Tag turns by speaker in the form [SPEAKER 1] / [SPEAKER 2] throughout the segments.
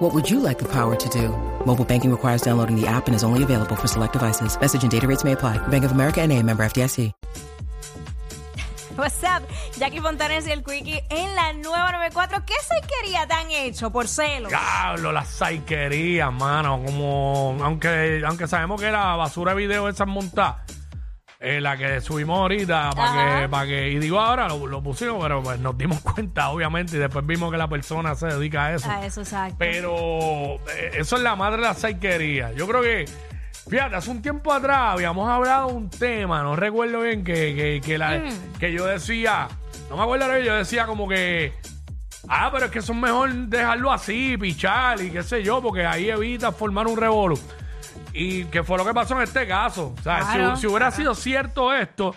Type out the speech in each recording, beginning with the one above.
[SPEAKER 1] What would you like the power to do? Mobile banking requires downloading the app and is only available for select devices. Message and data rates may apply. Bank of America and a member FDIC.
[SPEAKER 2] What's up? Jackie Fontanes y el Quickie en la nueva 94. ¿Qué sequería tan hecho por celos?
[SPEAKER 3] Diablo, las saiquerías, mano. Como, aunque, aunque sabemos que la basura de video esa es montada, eh, la que subimos ahorita, para
[SPEAKER 2] Ajá.
[SPEAKER 3] que, para que, y digo ahora, lo, lo pusimos, pero pues, nos dimos cuenta, obviamente, y después vimos que la persona se dedica a eso.
[SPEAKER 2] A Ah, eso, exacto.
[SPEAKER 3] Pero eh, eso es la madre de la saiquería. Yo creo que, fíjate, hace un tiempo atrás habíamos hablado de un tema, no recuerdo bien, que, que, que la,
[SPEAKER 2] Mm.
[SPEAKER 3] que yo decía, no me acuerdo bien, yo decía como que, ah, pero es que eso es mejor dejarlo así, pichar y qué sé yo, porque ahí evita formar un revolú. Y que fue lo que pasó en este caso. O sea, si-
[SPEAKER 2] Claro.
[SPEAKER 3] si, hubiera sido cierto esto,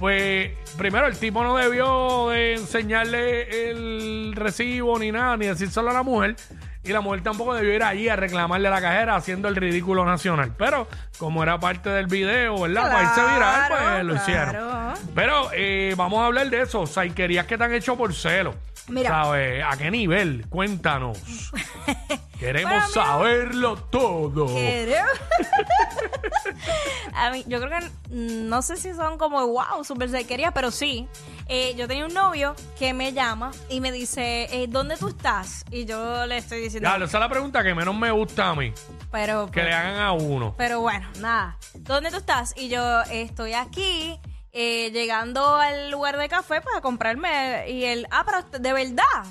[SPEAKER 3] pues primero el tipo no debió de enseñarle el recibo ni nada, ni decírselo a la mujer. Y la mujer tampoco debió ir allí a reclamarle a la cajera haciendo el ridículo nacional. Pero como era parte del video, ¿verdad? Para irse viral, pues
[SPEAKER 2] Claro,
[SPEAKER 3] lo
[SPEAKER 2] claro.
[SPEAKER 3] hicieron. Pero eh, vamos a hablar de eso. Saiquerías que te han hecho por celo.
[SPEAKER 2] Mira.
[SPEAKER 3] ¿Sabes? ¿A qué nivel? Cuéntanos. Queremos
[SPEAKER 2] Pero mira-
[SPEAKER 3] saberlo todo.
[SPEAKER 2] Pero- A mí, yo creo que mm, no sé si son como wow, super sequerías, pero sí. Eh, yo tenía un novio que me llama y me dice, eh, ¿dónde tú estás? Y yo le estoy diciendo,
[SPEAKER 3] Diablo, esa es la pregunta que menos me gusta a mí.
[SPEAKER 2] pero,
[SPEAKER 3] Que le hagan a uno.
[SPEAKER 2] pero bueno, nada. ¿Dónde tú estás? Y yo eh, estoy aquí. eh, llegando al lugar de café para comprarme y él, ah, pero de verdad.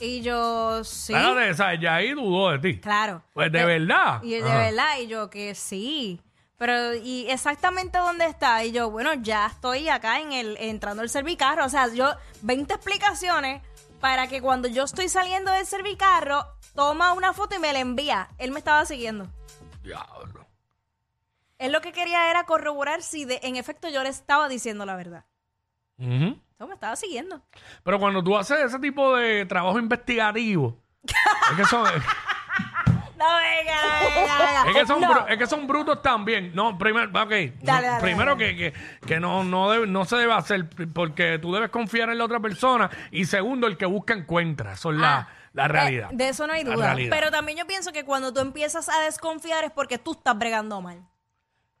[SPEAKER 2] Y yo, sí.
[SPEAKER 3] Espérate, ¿sabes? Ya ahí dudó de ti.
[SPEAKER 2] Claro.
[SPEAKER 3] Pues, ¿de
[SPEAKER 2] Eh,
[SPEAKER 3] verdad?
[SPEAKER 2] Y de
[SPEAKER 3] Ajá.
[SPEAKER 2] verdad, y yo que sí. Pero, ¿y exactamente dónde está? Y yo, bueno, ya estoy acá en el, entrando al servicarro. O sea, yo, 20 explicaciones para que cuando yo estoy saliendo del servicarro, toma una foto y me la envía. Él me estaba siguiendo.
[SPEAKER 3] Diablo.
[SPEAKER 2] Él lo que quería era corroborar si de- en efecto yo le estaba diciendo la verdad.
[SPEAKER 3] Ujú.
[SPEAKER 2] Entonces me estaba siguiendo.
[SPEAKER 3] Pero cuando tú haces ese tipo de trabajo investigativo, es que son, es
[SPEAKER 2] No, venga, venga, venga.
[SPEAKER 3] que son,
[SPEAKER 2] No.
[SPEAKER 3] bru- es que son brutos también. No, primero, ok.
[SPEAKER 2] Dale, dale,
[SPEAKER 3] primero
[SPEAKER 2] dale.
[SPEAKER 3] que, que- que no, no, debe- no se debe hacer porque tú debes confiar en la otra persona. Y segundo, el que busca encuentra. Eso es la,
[SPEAKER 2] Ah,
[SPEAKER 3] la realidad.
[SPEAKER 2] De, de eso no hay
[SPEAKER 3] La
[SPEAKER 2] duda.
[SPEAKER 3] realidad.
[SPEAKER 2] Pero también yo pienso que cuando tú empiezas a desconfiar es porque tú estás bregando mal.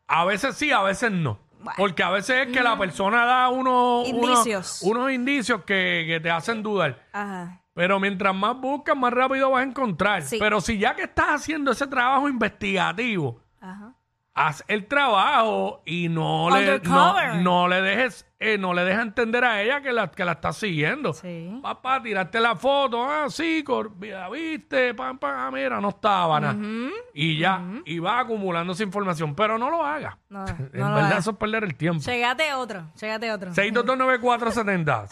[SPEAKER 3] A veces sí, a veces no. Porque a veces es que la persona da unos
[SPEAKER 2] Mm. Indicios.
[SPEAKER 3] unos, unos indicios que, que te hacen dudar.
[SPEAKER 2] Ajá.
[SPEAKER 3] Pero mientras más buscas, más rápido vas a encontrar.
[SPEAKER 2] Sí.
[SPEAKER 3] Pero si ya que estás haciendo ese trabajo investigativo,
[SPEAKER 2] Ajá.
[SPEAKER 3] haz el trabajo y no le,
[SPEAKER 2] Undercover.
[SPEAKER 3] no, no le dejes eh, no le dejes entender a ella que la, que la estás siguiendo.
[SPEAKER 2] Sí.
[SPEAKER 3] Papá, tiraste la foto, ah, sí, cor- la viste, pam, pam, ah, mira, no estaba nada. Y ya, y va acumulando esa información, pero no lo hagas.
[SPEAKER 2] No,
[SPEAKER 3] en
[SPEAKER 2] no lo
[SPEAKER 3] verdad,
[SPEAKER 2] hagas.
[SPEAKER 3] eso es perder el tiempo.
[SPEAKER 2] Llegate otro, llegate otro.
[SPEAKER 3] 6229470.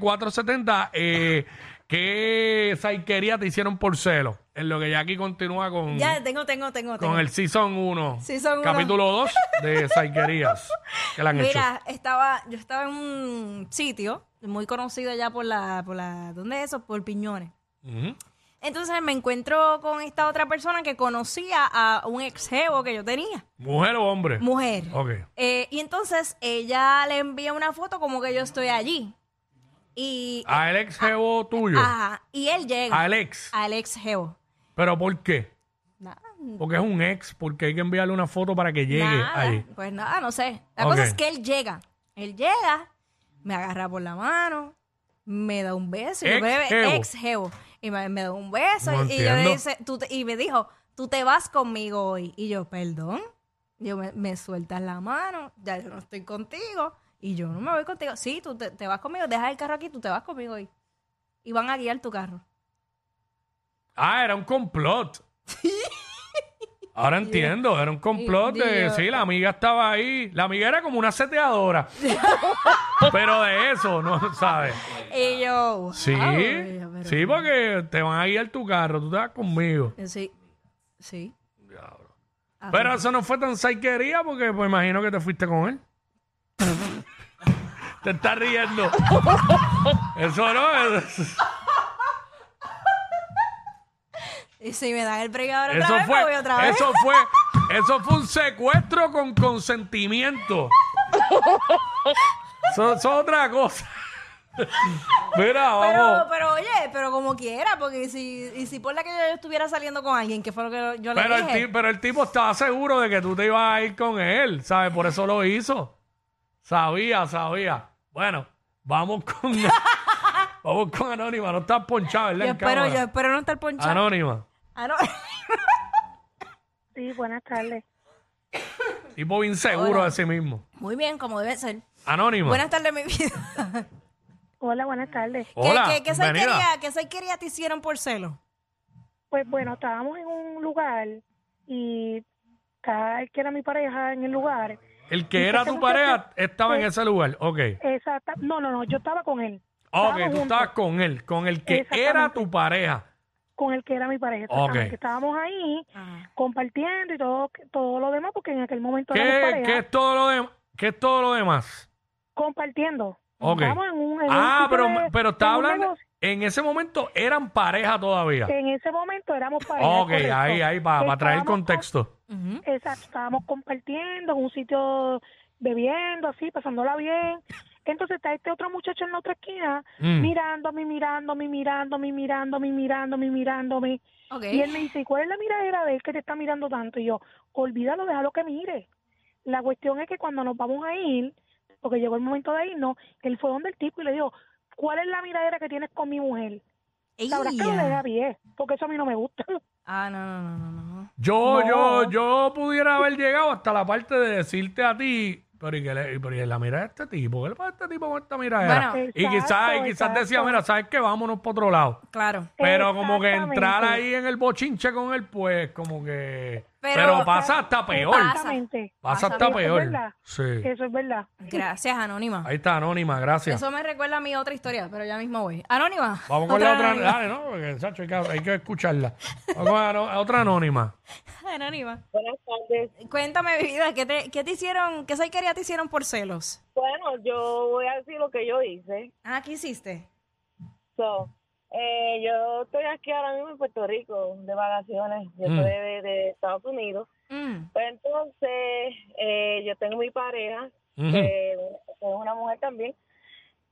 [SPEAKER 3] 6229470. Eh, ¿Qué saiquería te hicieron por celo? En lo que ya aquí continúa con,
[SPEAKER 2] Ya, tengo, tengo, tengo. tengo.
[SPEAKER 3] con el Season 1.
[SPEAKER 2] Season uno.
[SPEAKER 3] capítulo 2 de saiquerías. que le han hecho?
[SPEAKER 2] Mira, estaba, yo estaba en un sitio muy conocido ya por la, por la, ¿dónde es eso? Por Piñones.
[SPEAKER 3] Ujú.
[SPEAKER 2] Entonces me encuentro con esta otra persona que conocía a un ex jevo que yo tenía,
[SPEAKER 3] ¿Mujer o hombre?
[SPEAKER 2] mujer.
[SPEAKER 3] Ok.
[SPEAKER 2] Eh, y entonces ella le envía una foto como que yo estoy allí. Y,
[SPEAKER 3] A el ex jevo tuyo.
[SPEAKER 2] ajá, y él llega
[SPEAKER 3] A el ex.
[SPEAKER 2] al ex jevo.
[SPEAKER 3] ¿Pero por qué?
[SPEAKER 2] Nada,
[SPEAKER 3] Porque es un ex, porque hay que enviarle una foto para que llegue
[SPEAKER 2] Nada,
[SPEAKER 3] ahí.
[SPEAKER 2] Pues nada, no sé. La
[SPEAKER 3] Ok.
[SPEAKER 2] cosa es que él llega. Él llega, me agarra por la mano, me da un beso. y yo,
[SPEAKER 3] Ex
[SPEAKER 2] "Bebe,
[SPEAKER 3] jevo.
[SPEAKER 2] ex jevo. Y me, me da un beso.
[SPEAKER 3] No
[SPEAKER 2] y, yo le
[SPEAKER 3] entiendo.
[SPEAKER 2] dice, tú te- y me dijo, tú te vas conmigo hoy. Y yo, perdón. Yo, me, me sueltas la mano, ya yo no estoy contigo. Y yo no me voy contigo. Sí, tú te, te vas conmigo, dejas el carro aquí, tú te vas conmigo hoy. Y van a guiar tu carro.
[SPEAKER 3] Ah, era un complot. Ahora entiendo, era un complot de...
[SPEAKER 2] Dios.
[SPEAKER 3] Sí, la amiga estaba ahí. La amiga era como una seteadora. pero de eso, ¿no sabes?
[SPEAKER 2] Y yo, wow,
[SPEAKER 3] Sí,
[SPEAKER 2] y yo, Ah, pero-
[SPEAKER 3] sí, porque te van a guiar tu carro, tú te vas conmigo.
[SPEAKER 2] Eh, Sí, sí. Ah,
[SPEAKER 3] Pero eso no fue tan saiquería porque pues imagino que te fuiste con él. Te estás riendo. Eso no es.
[SPEAKER 2] Y si me dan el break ahora
[SPEAKER 3] Eso
[SPEAKER 2] otra vez, me voy
[SPEAKER 3] fue,
[SPEAKER 2] otra vez.
[SPEAKER 3] eso fue, eso fue un secuestro con consentimiento. Eso eso es otra cosa. Mira,
[SPEAKER 2] Pero,
[SPEAKER 3] vamos.
[SPEAKER 2] pero oye, pero como quiera, porque si, y si por la que yo estuviera saliendo con alguien, que fue lo que yo le
[SPEAKER 3] Pero el,
[SPEAKER 2] dije.
[SPEAKER 3] ti- pero el tipo estaba seguro de que tú te ibas a ir con él, ¿sabes? Por eso lo hizo. Sabía, sabía. Bueno, vamos con vamos con Anónima. No estás ponchada, ¿verdad?
[SPEAKER 2] yo
[SPEAKER 3] en
[SPEAKER 2] espero,
[SPEAKER 3] cámara?
[SPEAKER 2] yo espero no estar ponchado.
[SPEAKER 3] Anónima.
[SPEAKER 2] Ah, no.
[SPEAKER 4] Sí, buenas tardes.
[SPEAKER 3] Tipo bien seguro
[SPEAKER 2] Hola.
[SPEAKER 3] de sí mismo.
[SPEAKER 2] Muy bien, como debe ser.
[SPEAKER 3] Anónima.
[SPEAKER 2] Buenas tardes, mi vida.
[SPEAKER 4] Hola, buenas tardes.
[SPEAKER 3] Hola,
[SPEAKER 2] ¿Qué, qué, qué
[SPEAKER 3] bienvenida.
[SPEAKER 2] cerquería- qué cerquería te hicieron por celo?
[SPEAKER 4] Pues bueno, estábamos en un lugar y cada vez que era mi pareja en el lugar,
[SPEAKER 3] El que era tu pareja estaba en ese lugar. Ok.
[SPEAKER 4] exacta, no, no, no, yo estaba con él.
[SPEAKER 3] Ok,
[SPEAKER 4] Estábamos
[SPEAKER 3] tú
[SPEAKER 4] juntos,
[SPEAKER 3] estabas con él, con el que era
[SPEAKER 4] Exactamente.
[SPEAKER 3] tu pareja.
[SPEAKER 4] con el que era mi pareja,
[SPEAKER 3] Ok.
[SPEAKER 4] exactamente. Estábamos ahí compartiendo y todo, todo lo demás, porque en aquel momento éramos
[SPEAKER 3] ¿Qué,
[SPEAKER 4] pareja,
[SPEAKER 3] qué es todo lo demás? ¿Qué es todo lo demás?
[SPEAKER 4] compartiendo.
[SPEAKER 3] Ok.
[SPEAKER 4] Estábamos en un, en un
[SPEAKER 3] Ah,
[SPEAKER 4] sitio
[SPEAKER 3] pero,
[SPEAKER 4] de-
[SPEAKER 3] pero está
[SPEAKER 4] en un
[SPEAKER 3] hablando.
[SPEAKER 4] negocio
[SPEAKER 3] En ese momento eran pareja todavía.
[SPEAKER 4] que en ese momento éramos pareja.
[SPEAKER 3] Ok,
[SPEAKER 4] correcto.
[SPEAKER 3] ahí, ahí, para traer
[SPEAKER 4] Estábamos con-
[SPEAKER 3] contexto.
[SPEAKER 2] Ujú.
[SPEAKER 4] Exacto, estábamos compartiendo en un sitio bebiendo, así, pasándola bien. Entonces está este otro muchacho en la otra esquina,
[SPEAKER 3] Mm.
[SPEAKER 4] mirándome, mirándome, mirándome, mirándome, mirándome, mirándome.
[SPEAKER 2] Ok.
[SPEAKER 4] Y él me dice, ¿y cuál es la miradera de él que te está mirando tanto? Y yo, olvídalo, déjalo que mire. La cuestión es que cuando nos vamos a ir, porque llegó el momento de irnos, él fue donde el tipo y le dijo, ¿cuál es la miradera que tienes con mi mujer? Sabrás que lo
[SPEAKER 2] Ella.
[SPEAKER 4] deja bien, porque eso a mí no me gusta.
[SPEAKER 2] Ah, no, no, no, no, no.
[SPEAKER 3] Yo,
[SPEAKER 4] No.
[SPEAKER 3] yo, yo pudiera haber llegado hasta la parte de decirte a ti, pero y que le, y- pero y la mira de este tipo, ¿qué le pasa a este tipo con esta miradera?
[SPEAKER 2] Bueno.
[SPEAKER 3] y quizás, y
[SPEAKER 4] Exacto,
[SPEAKER 3] quizás decía,
[SPEAKER 4] exacto.
[SPEAKER 3] mira, sabes que vámonos para otro lado.
[SPEAKER 2] Claro.
[SPEAKER 3] Pero como que
[SPEAKER 4] Exactamente.
[SPEAKER 3] entrar ahí en el bochinche con él, pues como que. Pero,
[SPEAKER 2] Pero-
[SPEAKER 3] pasa hasta peor.
[SPEAKER 2] pasa.
[SPEAKER 4] Exactamente.
[SPEAKER 3] Pasa
[SPEAKER 2] Pasa.
[SPEAKER 3] hasta
[SPEAKER 4] Eso es
[SPEAKER 3] peor.
[SPEAKER 4] verdad.
[SPEAKER 3] Sí.
[SPEAKER 4] Eso es verdad.
[SPEAKER 2] Gracias, Anónima.
[SPEAKER 3] Ahí está Anónima, gracias.
[SPEAKER 2] Eso me recuerda a mi otra historia, pero ya mismo voy. Anónima.
[SPEAKER 3] Vamos con la otra.
[SPEAKER 2] Anónima.
[SPEAKER 3] Dale, ¿no? Porque, Sacho, hay, que, hay que escucharla. Vamos con la- a otra Anónima.
[SPEAKER 2] Anónima.
[SPEAKER 5] Buenas tardes.
[SPEAKER 2] Cuéntame, mi vida, ¿qué te, qué te hicieron, qué cerquería te hicieron por celos?
[SPEAKER 5] Bueno, yo voy a decir lo que yo hice.
[SPEAKER 2] Ah, ¿qué hiciste?
[SPEAKER 5] So, eh, yo estoy aquí ahora mismo en Puerto Rico de vacaciones. Yo
[SPEAKER 3] Mm.
[SPEAKER 5] estoy de, de Estados Unidos.
[SPEAKER 2] Mm.
[SPEAKER 5] Pues entonces, eh, yo tengo mi pareja,
[SPEAKER 3] Ujú.
[SPEAKER 5] que es una mujer también.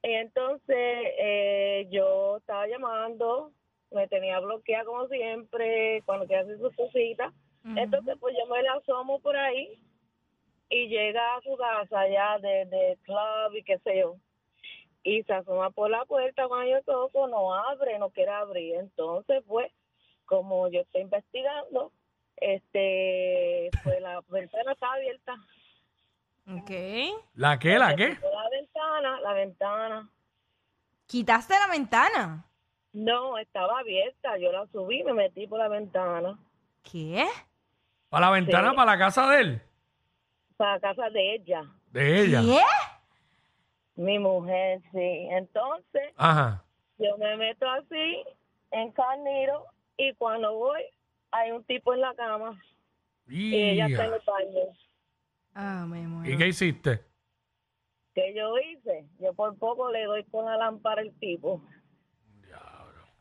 [SPEAKER 5] Entonces, eh, yo estaba llamando, me tenía bloqueada como siempre, cuando quería hacer sus cositas.
[SPEAKER 2] mm.
[SPEAKER 5] Entonces, pues yo me la asomo por ahí y llega a su casa ya de, de club y qué sé yo. Y se asoma por la puerta cuando yo toco, no abre, no quiere abrir. Entonces, pues, como yo estoy investigando, este, pues la ventana estaba abierta.
[SPEAKER 2] Ok.
[SPEAKER 3] ¿La qué? ¿La qué?
[SPEAKER 5] Tocó La ventana, la ventana.
[SPEAKER 2] Quitaste la ventana.
[SPEAKER 5] No, estaba abierta. Yo la subí, me metí por la ventana
[SPEAKER 2] ¿Qué?
[SPEAKER 3] ¿Para la ventana,
[SPEAKER 5] Sí.
[SPEAKER 3] para la casa de él?
[SPEAKER 5] para casa de ella,
[SPEAKER 3] De ella.
[SPEAKER 2] ¿Qué?
[SPEAKER 5] mi mujer, sí. Entonces,
[SPEAKER 3] Ajá.
[SPEAKER 5] Yo me meto así, en carnero, y cuando voy, hay un tipo en la cama y ella está en
[SPEAKER 3] Hija.
[SPEAKER 5] el baño.
[SPEAKER 2] Ah, me muero.
[SPEAKER 3] ¿Y qué hiciste?
[SPEAKER 5] ¿Qué yo hice? Yo por poco le doy con la lámpara al tipo.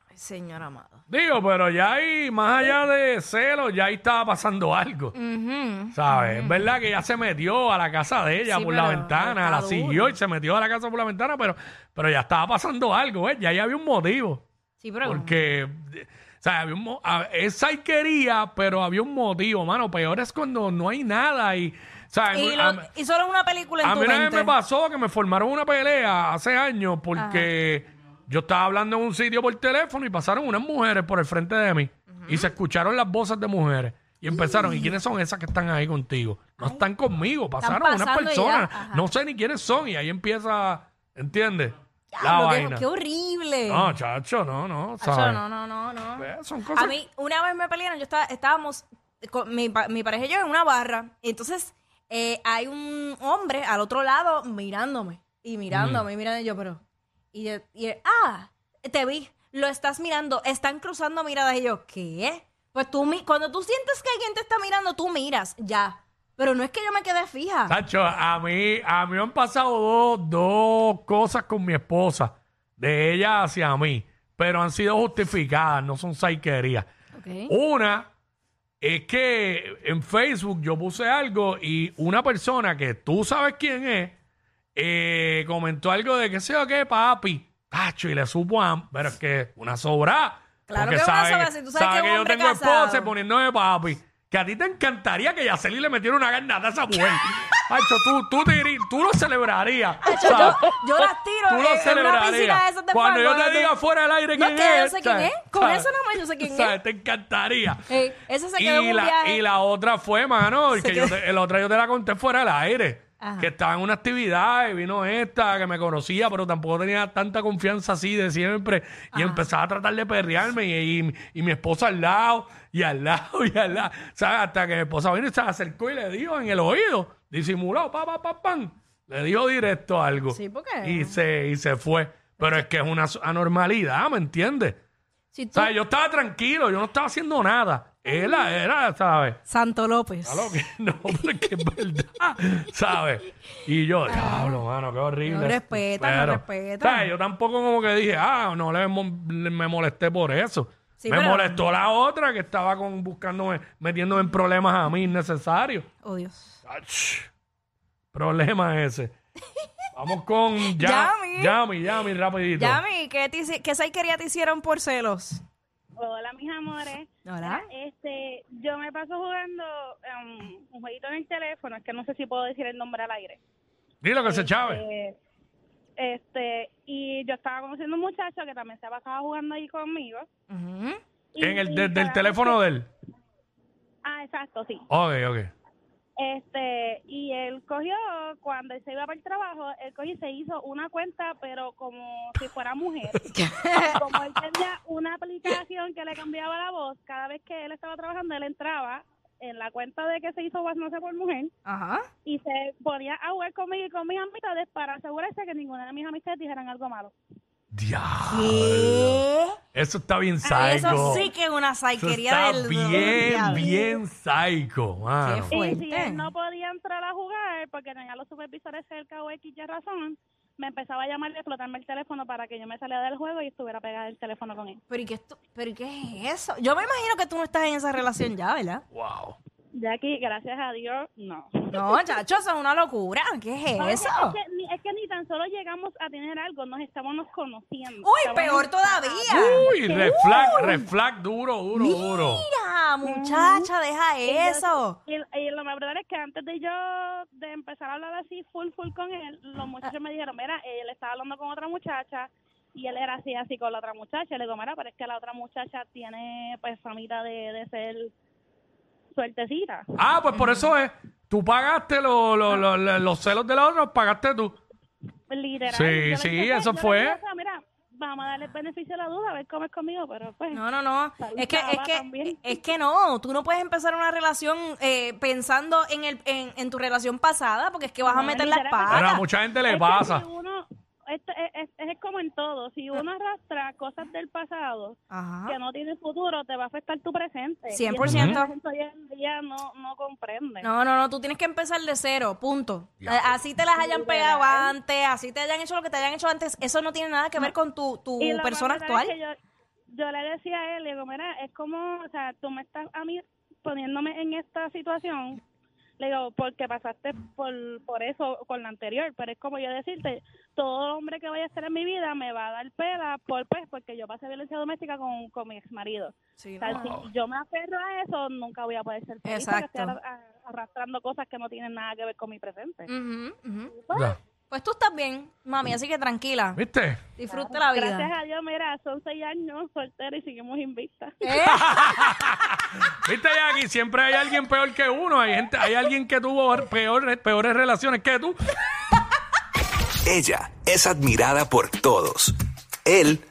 [SPEAKER 2] Ay, señor amado.
[SPEAKER 3] Digo, pero ya ahí, más allá de celo, ya ahí estaba pasando algo.
[SPEAKER 2] Ujú.
[SPEAKER 3] ¿Sabes? Es verdad que ya se metió a la casa de ella
[SPEAKER 2] Sí,
[SPEAKER 3] por la
[SPEAKER 2] pero
[SPEAKER 3] ventana,
[SPEAKER 2] está
[SPEAKER 3] la
[SPEAKER 2] duro.
[SPEAKER 3] siguió y se metió a la casa por la ventana, pero, pero ya estaba pasando algo, ¿eh? Ya ahí había un motivo.
[SPEAKER 2] Sí, pero.
[SPEAKER 3] Porque, eh, o sea, había un mo- a- es saiquería, pero había un motivo, mano. Peor es cuando no hay nada y, o sea,
[SPEAKER 2] y,
[SPEAKER 3] a,
[SPEAKER 2] lo- y solo una película en
[SPEAKER 3] a
[SPEAKER 2] tu
[SPEAKER 3] mí una vez
[SPEAKER 2] mente.
[SPEAKER 3] me pasó que me formaron una pelea hace años porque yo estaba hablando en un sitio por teléfono y pasaron unas mujeres por el frente de mí y se escucharon las voces de mujeres. Y empezaron, ¿y quiénes son esas que están ahí contigo? No están conmigo, pasaron unas
[SPEAKER 2] pasando y ya,
[SPEAKER 3] personas,
[SPEAKER 2] ajá.
[SPEAKER 3] no sé ni quiénes son, y ahí empieza, ¿entiendes? La
[SPEAKER 2] Diablo, qué-
[SPEAKER 3] vaina.
[SPEAKER 2] Qué, horrible.
[SPEAKER 3] No, chacho, no, no,
[SPEAKER 2] Acho,
[SPEAKER 3] ¿sabes?
[SPEAKER 2] no, no, no, no.
[SPEAKER 3] Eh, Son
[SPEAKER 2] A
[SPEAKER 3] cosas.
[SPEAKER 2] mí, una vez me pelearon, yo estaba, estábamos, con mi, pa- mi pareja y yo en una barra, y entonces eh, hay un hombre al otro lado mirándome, y mirándome, y mirándome, y yo, pero, y, yo- y él, ah, te vi, lo estás mirando, están cruzando miradas, y yo, ¿qué? Pues tú, mi- cuando tú sientes que alguien te está mirando, tú miras, ya. Pero no es que yo me quedé fija.
[SPEAKER 3] Sacho, a mí, a mí me han pasado dos, dos cosas con mi esposa, de ella hacia mí, pero han sido justificadas, no son psyquerías.
[SPEAKER 2] Ok.
[SPEAKER 3] Una es que en Facebook yo puse algo y una persona que tú sabes quién es eh, comentó algo de que sé yo qué, papi. Tacho, y le supo a. Pero es que una sobra.
[SPEAKER 2] Claro
[SPEAKER 3] porque
[SPEAKER 2] que es una
[SPEAKER 3] sabe
[SPEAKER 2] sobra, si tú sabes que es un
[SPEAKER 3] yo
[SPEAKER 2] hombre
[SPEAKER 3] tengo
[SPEAKER 2] casado.
[SPEAKER 3] esposa y poniéndome papi. Que a ti te encantaría que Yaceli le metiera una garnata a esa mujer. Tacho, tú, tú, te irí- tú lo celebrarías.
[SPEAKER 2] Yo,
[SPEAKER 3] ¿sabes?
[SPEAKER 2] yo las tiro
[SPEAKER 3] Tú
[SPEAKER 2] en, en
[SPEAKER 3] lo
[SPEAKER 2] una piscina de
[SPEAKER 3] celebrarías.
[SPEAKER 2] esas de
[SPEAKER 3] Cuando yo
[SPEAKER 2] fango,
[SPEAKER 3] te
[SPEAKER 2] tú-
[SPEAKER 3] diga fuera del aire
[SPEAKER 2] No,
[SPEAKER 3] quién
[SPEAKER 2] es que yo
[SPEAKER 3] es,
[SPEAKER 2] sé quién
[SPEAKER 3] ¿sabes?
[SPEAKER 2] es. Con
[SPEAKER 3] ¿sabes?
[SPEAKER 2] eso nada más yo sé quién es. Eh,
[SPEAKER 3] ¿sabes? Te encantaría.
[SPEAKER 2] Ey, esa se
[SPEAKER 3] Y
[SPEAKER 2] quedó en un
[SPEAKER 3] la,
[SPEAKER 2] viaje.
[SPEAKER 3] y la otra fue, mano, el
[SPEAKER 2] Se
[SPEAKER 3] que yo
[SPEAKER 2] quedó-
[SPEAKER 3] te- el otra yo te la conté fuera del aire.
[SPEAKER 2] Ajá.
[SPEAKER 3] Que estaba en una actividad y vino esta que me conocía, pero tampoco tenía tanta confianza así de siempre. Y empezaba a tratar de perrearme y, y- y mi esposa al lado, y al lado, y al lado. ¿Sabes? Hasta que mi esposa vino y se acercó y le dijo en el oído, disimulado, pa, pa, pa, pam. Le dijo directo algo.
[SPEAKER 2] Sí, porque-
[SPEAKER 3] Y se, y se fue. Pero es que es una anormalidad, ¿me entiendes?
[SPEAKER 2] Si
[SPEAKER 3] O
[SPEAKER 2] tú-
[SPEAKER 3] sea, yo estaba tranquilo, yo no estaba haciendo nada. Era, era, ¿sabes?
[SPEAKER 2] Santo López.
[SPEAKER 3] A lo que no, porque es verdad, ¿sabes? Y yo, diablo, mano, qué horrible.
[SPEAKER 2] No respeta, no respeta.
[SPEAKER 3] ¿sabes? Yo tampoco como que dije, ah, no le, mo- le- me molesté por eso.
[SPEAKER 2] Sí,
[SPEAKER 3] me
[SPEAKER 2] pero-
[SPEAKER 3] molestó la otra que estaba con buscándome, metiéndome en problemas a mí innecesarios.
[SPEAKER 2] Oh, Dios.
[SPEAKER 3] Ach, Problema ese. Vamos con
[SPEAKER 2] Yami.
[SPEAKER 3] Yami. Yami, Yami, rapidito.
[SPEAKER 2] Yami, ¿qué, te hice- qué saiquería te hicieron por celos?
[SPEAKER 4] Hola, mis amores.
[SPEAKER 2] Hola.
[SPEAKER 4] Este, yo me paso jugando um, un jueguito en el teléfono, es que no sé si puedo decir el nombre al aire.
[SPEAKER 3] Dilo que se chave.
[SPEAKER 4] Eh, este, y yo estaba conociendo un muchacho que también se pasaba jugando ahí conmigo.
[SPEAKER 2] Ujú.
[SPEAKER 4] Y-
[SPEAKER 3] En el,
[SPEAKER 4] y
[SPEAKER 3] desde el
[SPEAKER 4] cada
[SPEAKER 3] teléfono de él.
[SPEAKER 4] vez- Ah, exacto, sí.
[SPEAKER 3] Ok, ok.
[SPEAKER 4] Este, y él cogió, cuando él se iba para el trabajo, él cogió y se hizo una cuenta, pero como si fuera mujer. Y como él tenía una aplicación que le cambiaba la voz, cada vez que él estaba trabajando, él entraba en la cuenta de que se hizo voz, no sé por mujer,
[SPEAKER 2] Ajá.
[SPEAKER 4] y se ponía a jugar conmigo y con mis amistades para asegurarse que ninguna de mis amistades dijeran algo malo.
[SPEAKER 3] Diablo. Eso está bien
[SPEAKER 2] Ay,
[SPEAKER 3] Ah, psycho.
[SPEAKER 2] Eso sí que es una
[SPEAKER 3] Eso
[SPEAKER 2] saiquería
[SPEAKER 3] está
[SPEAKER 2] del
[SPEAKER 3] bien,
[SPEAKER 2] diablo.
[SPEAKER 3] bien psycho, mano.
[SPEAKER 2] Qué
[SPEAKER 4] Y si
[SPEAKER 2] Fuerte.
[SPEAKER 4] él no podía entrar a jugar porque tenía los supervisores cerca o X ya razón, me empezaba a llamar y a explotarme el teléfono para que yo me saliera del juego y estuviera pegada el teléfono con él.
[SPEAKER 2] ¿Pero y, qué esto- ¿Pero y qué es eso? Yo me imagino que tú no estás en esa relación ya, ¿verdad?
[SPEAKER 3] Wow.
[SPEAKER 4] De aquí, gracias a Dios, no.
[SPEAKER 2] No, chacho, eso es una locura. ¿Qué es eso?
[SPEAKER 4] Es que, ni, es que ni tan solo llegamos a tener algo, nos estábamos conociendo.
[SPEAKER 2] Uy,
[SPEAKER 4] Estábamos-
[SPEAKER 2] peor todavía.
[SPEAKER 3] Uy, red flag, red flag duro, duro, duro.
[SPEAKER 2] Mira, muchacha, deja
[SPEAKER 4] Y yo-
[SPEAKER 2] eso.
[SPEAKER 4] Y, y lo más brutal es que antes de yo de empezar a hablar así full full con él,
[SPEAKER 2] Ah.
[SPEAKER 4] los muchachos me dijeron, mira, él estaba hablando con otra muchacha y él era así así con la otra muchacha. Le digo, mira, pero es que la otra muchacha tiene pues famita de, de ser suertecita.
[SPEAKER 3] Ah, pues por eso es. Tú pagaste lo- lo- lo- lo- los celos de la otra, los pagaste tú.
[SPEAKER 4] Pues, Literal.
[SPEAKER 3] Sí,
[SPEAKER 4] Yo le
[SPEAKER 3] sí,
[SPEAKER 4] dije, pues,
[SPEAKER 3] eso
[SPEAKER 4] yo le
[SPEAKER 3] fue.
[SPEAKER 4] dije, o sea, mira, vamos a darle el beneficio de la duda, a ver cómo es conmigo, pero pues...
[SPEAKER 2] No, no, no. Es que, es
[SPEAKER 4] Saludaba
[SPEAKER 2] que,
[SPEAKER 4] también.
[SPEAKER 2] es que no. Tú no puedes empezar una relación eh, pensando en, el, en, en tu relación pasada porque es que vas a
[SPEAKER 4] No,
[SPEAKER 2] meter las
[SPEAKER 4] literal, porque-
[SPEAKER 3] Pero a
[SPEAKER 2] patas.
[SPEAKER 3] mucha gente
[SPEAKER 4] Es
[SPEAKER 3] le
[SPEAKER 4] que
[SPEAKER 3] pasa.
[SPEAKER 4] si uno- esto es, es- es como en todo, si uno arrastra cosas del pasado
[SPEAKER 2] Ajá.
[SPEAKER 4] que no tiene futuro, te va a afectar tu presente.
[SPEAKER 2] 100%.
[SPEAKER 4] Y eso mucha gente hoy en día no, no comprende.
[SPEAKER 2] No, no, no, tú tienes que empezar de cero, punto. A- Así te las hayan pegado antes, así te hayan hecho lo que te hayan hecho antes, eso no tiene nada que ver con tu, tu
[SPEAKER 4] Y lo más
[SPEAKER 2] persona
[SPEAKER 4] brutal
[SPEAKER 2] actual.
[SPEAKER 4] es que yo, yo le decía a él, le digo, mira, es como, o sea, tú me estás a mí poniéndome en esta situación, le digo, porque pasaste por, por eso con la anterior, pero es como yo decirte, todo hombre que vaya a estar en mi vida me va a dar pela por, pues, porque yo pasé violencia doméstica con, con mi ex marido.
[SPEAKER 2] Sí,
[SPEAKER 4] O sea,
[SPEAKER 2] no.
[SPEAKER 4] si yo me aferro a eso, nunca voy a poder ser feliz porque
[SPEAKER 2] Exacto.
[SPEAKER 4] estoy arra- arrastrando cosas que no tienen nada que ver con mi presente.
[SPEAKER 2] Ujú, ujú.
[SPEAKER 3] Ya.
[SPEAKER 2] Pues tú estás bien, mami, así que tranquila.
[SPEAKER 3] ¿Viste?
[SPEAKER 2] Disfruta la
[SPEAKER 4] Gracias
[SPEAKER 2] vida.
[SPEAKER 4] a Dios, mira, son seis años soltera y seguimos invistas.
[SPEAKER 2] ¿Eh?
[SPEAKER 3] ¿Viste, Jackie? Siempre hay alguien peor que uno. Hay, gente, hay alguien que tuvo peor- peores relaciones que tú.
[SPEAKER 6] Ella es admirada por todos. Él,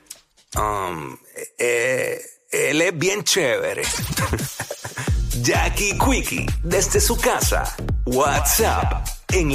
[SPEAKER 6] um, eh, él es bien chévere. Jackie Quickie, desde su casa. WhatsApp, en